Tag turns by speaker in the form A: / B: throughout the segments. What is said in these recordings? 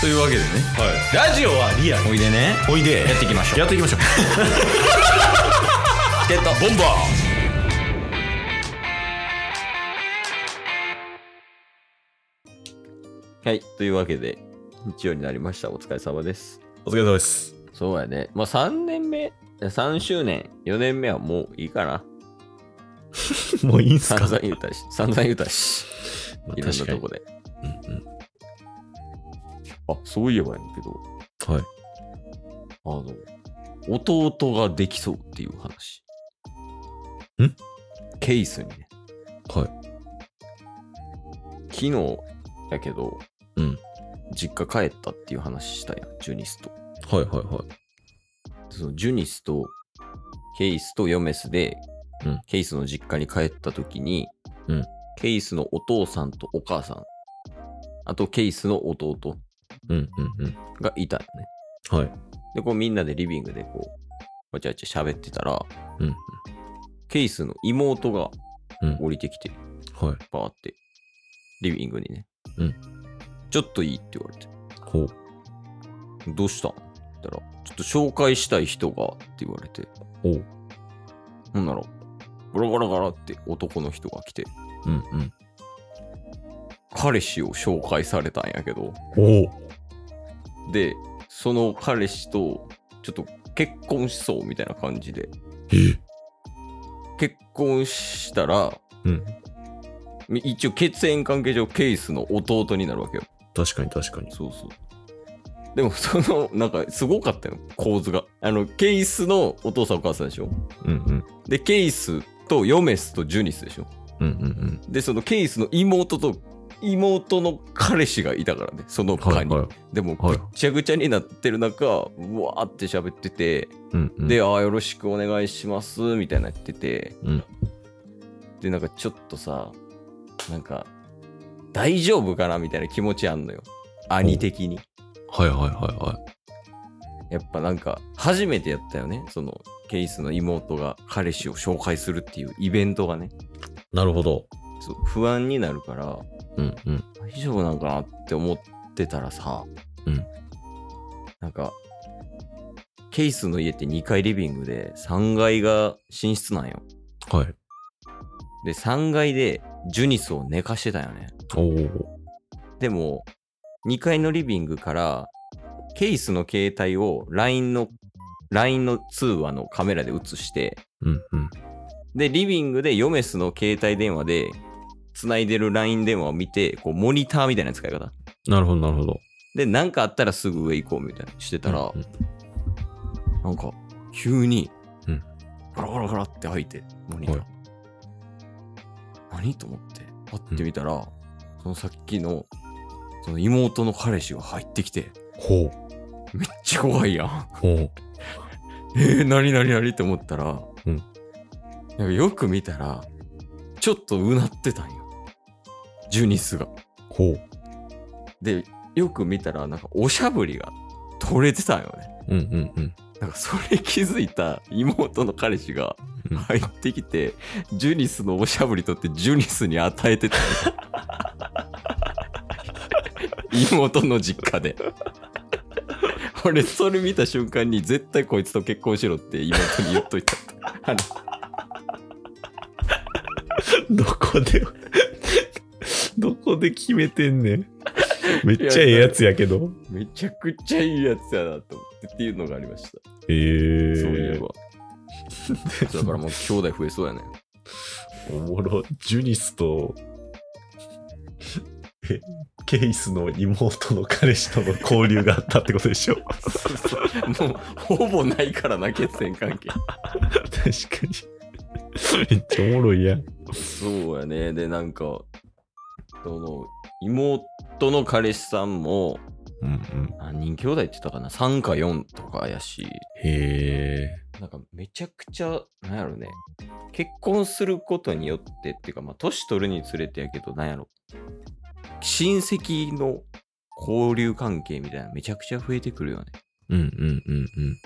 A: というわけでね
B: ラジオはリアル
A: おいでね
B: おいで
A: やっていきましょう
B: やっていきましょう
A: チケットボンバーはいというわけで日曜になりましたお疲れ様です
B: お疲れ様です
A: そうやねまあ3年目3周年4年目はもういいかな
B: もういいんす
A: 散
B: か
A: 々言うたし散々言うたし
B: まあ
A: いろんなとこ
B: 確
A: で
B: かにうん
A: あそういえばやねんけど
B: うんはい
A: あの、弟ができそうっていう話。
B: ん
A: ケースにね。
B: はい
A: 昨日やけど、
B: うん
A: 実家帰ったっていう話したやん、ジュニスと。
B: はいはいはい
A: そのジュニスとケイスとヨメスで、
B: うん
A: ケイスの実家に帰った時に、
B: うん
A: ケイスのお父さんとお母さん、あとケイスの弟
B: うんうんうん
A: がいたよね。
B: はい
A: で、こうみんなでリビングでこう、わちゃわちゃ喋ってたら、
B: うん
A: ケイスの妹が
B: うん
A: 降りてきて、
B: はい
A: バーって、リビングにね。
B: うん
A: ちょっといいって言われて。
B: ほう
A: どうしたんって言ったら、ちょっと紹介したい人がって言われて。
B: ほう
A: ほんなら、ガラガラガラって男の人が来て、
B: うんうん
A: 彼氏を紹介されたんやけど。
B: おう
A: で、その彼氏と、ちょっと結婚しそうみたいな感じで。
B: え
A: 結婚したら、
B: うん
A: み一応血縁関係上ケイスの弟になるわけよ。
B: 確かに確かに
A: そうそう。でもその、なんかすごかったよ、構図が。あの、ケイスのお父さんお母さんでしょ
B: うんうん
A: で、ケイスとヨメスとジュニスでしょ
B: うんうん
A: で、そのケイスの妹と、妹の彼氏がいたからね、その
B: うんは
A: 間
B: い
A: に。
B: はい
A: でも、
B: はい
A: ぐっちゃぐちゃになってる中、うわーって喋ってて、
B: うんうん
A: で、ああ、よろしくお願いします、みたいな言ってて、
B: うん
A: で、なんかちょっとさ、なんか、大丈夫かなみたいな気持ちあんのよ。兄的に。
B: はいはいはいはい
A: やっぱなんか、初めてやったよね。その、ケイスの妹が彼氏を紹介するっていうイベントがね。
B: なるほど
A: そう不安になるから、
B: うんうん
A: 大丈夫なんかなって思ってたらさ、
B: うん
A: なんか、ケイスの家って2階リビングで、3階が寝室なんよ。
B: はい
A: で、3階でジュニスを寝かしてたよね。
B: おお
A: でも、2階のリビングから、ケイスの携帯を LINE の、LINE の通話のカメラで映して、
B: うんうん
A: で、リビングでヨメスの携帯電話で、繋いでる LINE 電話を見て、こう、モニターみたいな使い方。
B: なるほどなるほど
A: で、なんかあったらすぐ上行こうみたいなしてたら
B: うん、
A: なんか、急に
B: うん、
A: ガラガラガラって開いて、モニター。
B: は
A: 何と思って、パッて見たら、そのさっきの、その妹の彼氏が入ってきて、
B: ほう
A: めっちゃ怖いやん。
B: ほう
A: えー、何何何って思ったら、
B: うん
A: なんかよく見たら、ちょっとうなってたんよ。ジュニスが。
B: ほう
A: で、よく見たら、なんかおしゃぶりが取れてたんよね。
B: うんうんうん
A: なんかそれ気づいた妹の彼氏が
B: うん
A: 入ってきて、ジュニスのおしゃぶり取ってジュニスに与えて た。妹の実家で。俺それ見た瞬間に絶対こいつと結婚しろって妹に言っといた。あの
B: どこで、どこで決めてんねん。めっちゃええやつやけど。
A: めちゃくちゃいいやつやなと思ってっていうのがありました。
B: ええ
A: そういえば。だからもう兄弟増え そうやね。
B: おもろ。ジュニスと、えケイスの妹の彼氏との交流があったってことでしょ確
A: もうほぼないからな、血縁関係。
B: かに。めっちゃおもろいやん。
A: そうやね。で、なんか、その、妹の彼氏さんも、
B: うんうん。
A: 何人兄弟って言ったかな ?3 か4とかやし、
B: へ
A: なんかめちゃくちゃ、なんやろね。結婚することによってっていうか、まあ、年取るにつれてやけど、なんやろ。親戚の交流関係みたいな、めちゃくちゃ増えてくるよね。
B: え。うんうんうん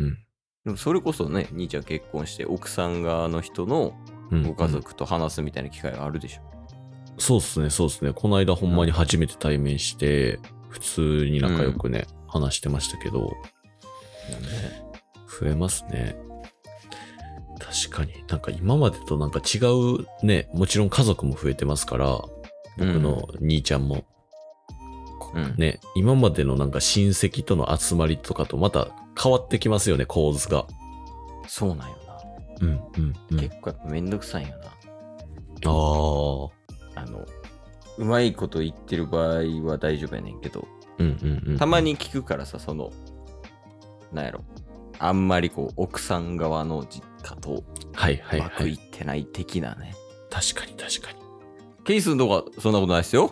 B: うんうん。
A: でもそれこそね、兄ちゃん結婚して、奥さん側の人の
B: うん
A: ご家族と話すみたいな機会があるでしょ。
B: そうっすね、そうっすね。この間ほんまに初めて対面して、二普通に仲良くね、話してましたけど、増えますね。確かに。なんか今までとなんか違うね、もちろん家族も増えてますから、僕の兄ちゃんも。
A: うん
B: ね、今までのなんか親戚との集まりとかとまた変わってきますよね、構図が。
A: そうなんよな。
B: うん、うん、うん。
A: 結構やっぱめんどくさいよな。
B: ああ。
A: あの、うまいこと言ってる場合は大丈夫やねんけど、
B: うん、うん、うん。
A: たま。に聞くからさ、その、なんやろ、あんまりこう、奥さん側の実家と
B: はい、は
A: う
B: い、
A: ま
B: は
A: くい
B: い。
A: ってない的なね。
B: 確かに、確かに。
A: ケイスのとこはそんなことないっす よ。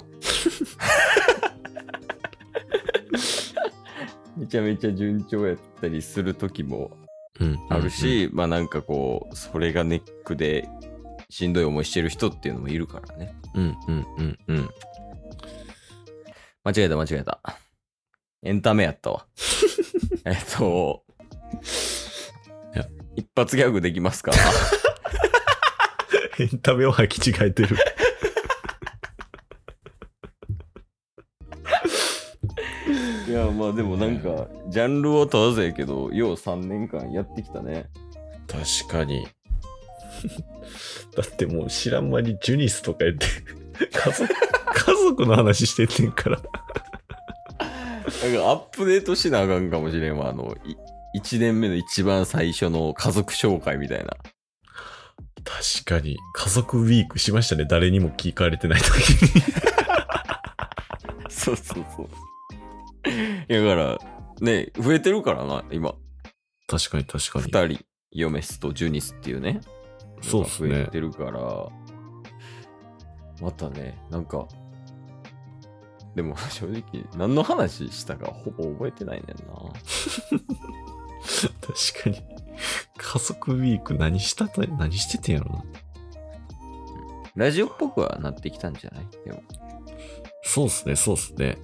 A: めちゃめちゃ順調やったりする時も
B: うん。
A: ある、し、まあなんかこう、それがネックでしんどい思いしてる人っていうのもいるからね。
B: うん、うん、うん、うん。
A: 間違えた間違えた。エンタメやった わ。えっと
B: いや、
A: 一発ギャグできますか
B: エンタメを履き違えてる。
A: いや、まあでもなんか、ジャンルを問わずやけど、よう3年間やってきたね。
B: 確かに。だってもう知らん間にジュニスとか言って、家族、 家族の話してんねんから。
A: なんかアップデートしなあかんかもしれんわ。あの、1年目の一番最初の家族紹介みたいな。
B: 確かに。家族ウィークしましたね。誰にも聞かれてない時に。
A: そうそうそう。いや、だから、ね、増えてるからな、今。
B: 確かに確かに。
A: 2人、ヨメスとジュニスっていうね。
B: そうっす
A: 増え
B: ね。
A: てるから、またね、なんか、でも 正直、何の話したかほぼ覚えてないねんな。
B: 確かに。家族ウィーク何したた何しててんやろな。
A: ラジオっぽくはなってきたんじゃないでも、
B: そうっすね、そうっすね。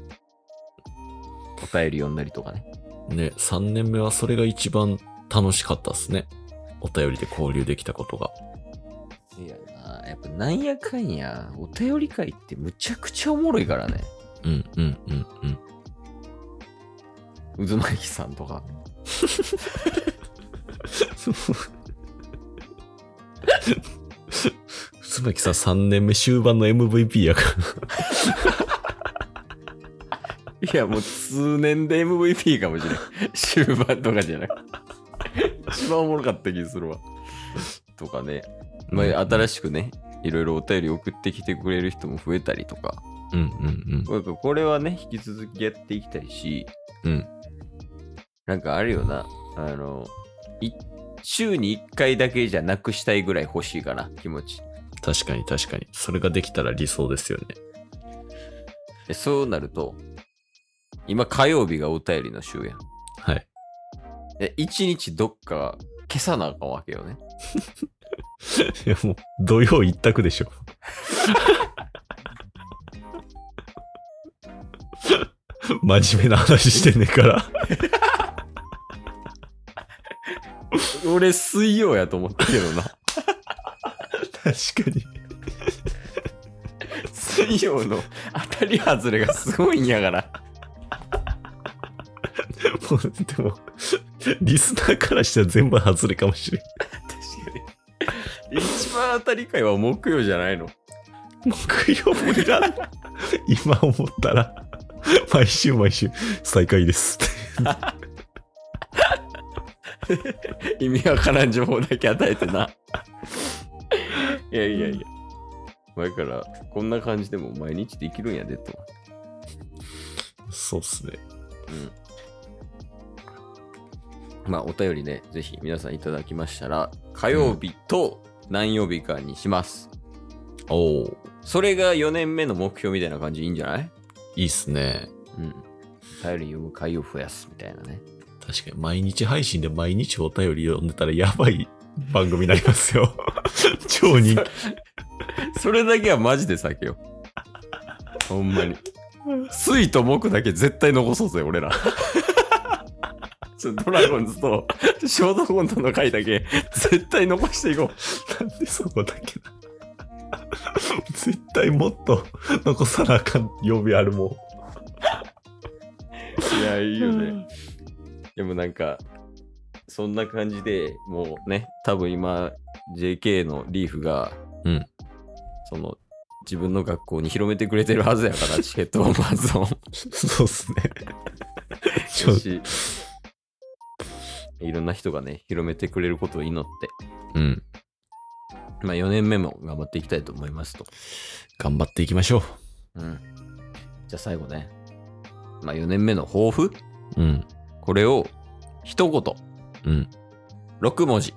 A: お便り読んだりとかね。
B: ね、3年目はそれが一番楽しかったっすね。お便りで交流できたことが。
A: いやな、やっぱなんやかんや、お便り会ってむちゃくちゃおもろいからね。
B: うんうんうんうん。
A: 渦巻きさんとか。
B: つばきさん3年目終盤の MVP やから。
A: いや、もう通年で MVP かもしれん。終盤とかじゃなくて。一番おもろかった気するわ。とかね。まあ、新しくね、いろいろお便り送ってきてくれる人も増えたりとか。
B: うんうん
A: なんかこれはね、引き続きやっていきたいし、
B: うん。うん。
A: なんかあるよな。あの、い週に1回だけじゃなくしたいぐらい欲しいかな、気持ち。
B: 確かに確かに。それができたら理想ですよね。
A: でそうなると、今火曜日がお便りの週やん。
B: はい。
A: で一日どっか消さなあかんわけよね。
B: いやもう、土曜一択でしょ。 真面目な話してんねんから。
A: 俺水曜やと思ったけど な
B: 確かに。
A: 水曜の当たり外れがすごいんやから
B: もう、でも、リスナーからしたら全部外れかもしれん。
A: 確かに一番当たり会は木曜じゃないの
B: 木曜日だ今思ったら毎週毎週最下位です
A: 意味わからん情報だけ与えてないやいやいや前からこんな感じでも毎日できるんやでと、
B: そうっすね
A: うん、まあお便りねぜひ皆さんいただきましたら火曜日と何曜日かにします、
B: おお
A: それが4年目の目標みたいな感じいいんじゃない
B: いいっすね
A: うん。頼り読む回を増やすみたいなね。
B: 確かに毎日配信で毎日お便り読んでたらやばい番組になりますよ超人気
A: それだけはマジで避けよ う。ほんまに。水と木だけ絶対残そうぜ、 俺ら。ちょドラゴンズとショートコントの回だけ絶対残していこ
B: なんでそこだけな絶対もっと残さなあかん曜日あるも
A: いや、いいよ
B: う
A: ね。
B: ん
A: でもなんか、そんな感じでもうね、多分今、JK のリーフが、
B: うん
A: その、自分の学校に広めてくれてるはずやから、チケットをまずを。
B: そうっすね。ちょ
A: よしいろんな人がね、広めてくれることを祈っ
B: うん。
A: て、まあ4年目も頑張っていきたいと思いますと。
B: 頑張っていきましょ
A: うん。じゃあ最後ね、まあ4年目の抱負
B: う。うん。
A: これを、一言、
B: うん。
A: 6文字、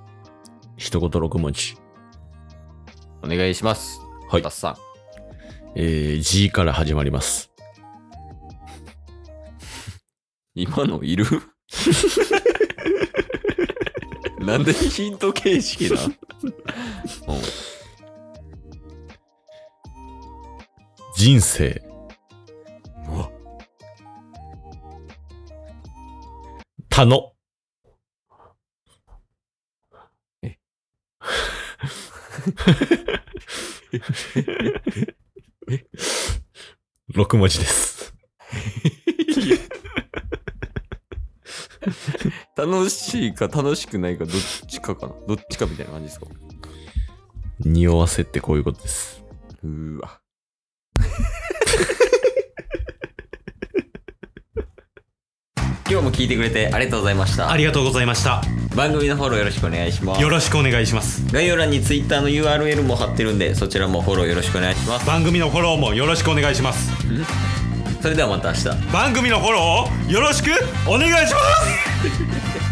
B: 一言6文字。
A: お願いします。
B: はい
A: ダッサン。
B: えー、G から始まります。
A: 今の いるなんでヒント形式なう
B: 人生。
A: んうわ
B: たの。
A: え
B: ?6 文字です。
A: 楽しいか楽しくないかどっちかかなどっちかみたいな感じですか
B: 匂わせってこういうことです。
A: う ーわ。今日も聞いてくれてありがとうございました
C: あ。りがとうございました。
A: 番組のフォローよろしくお願いします
C: よ。ろしくお願いします。
A: 概要欄に Twitter の URL も貼ってるんで、そちらもフォローよろしくお願いします。
C: 番組のフォローもよろしくお願いします。
A: それではまた明日。
C: 番組のフォローをよろしくお願いします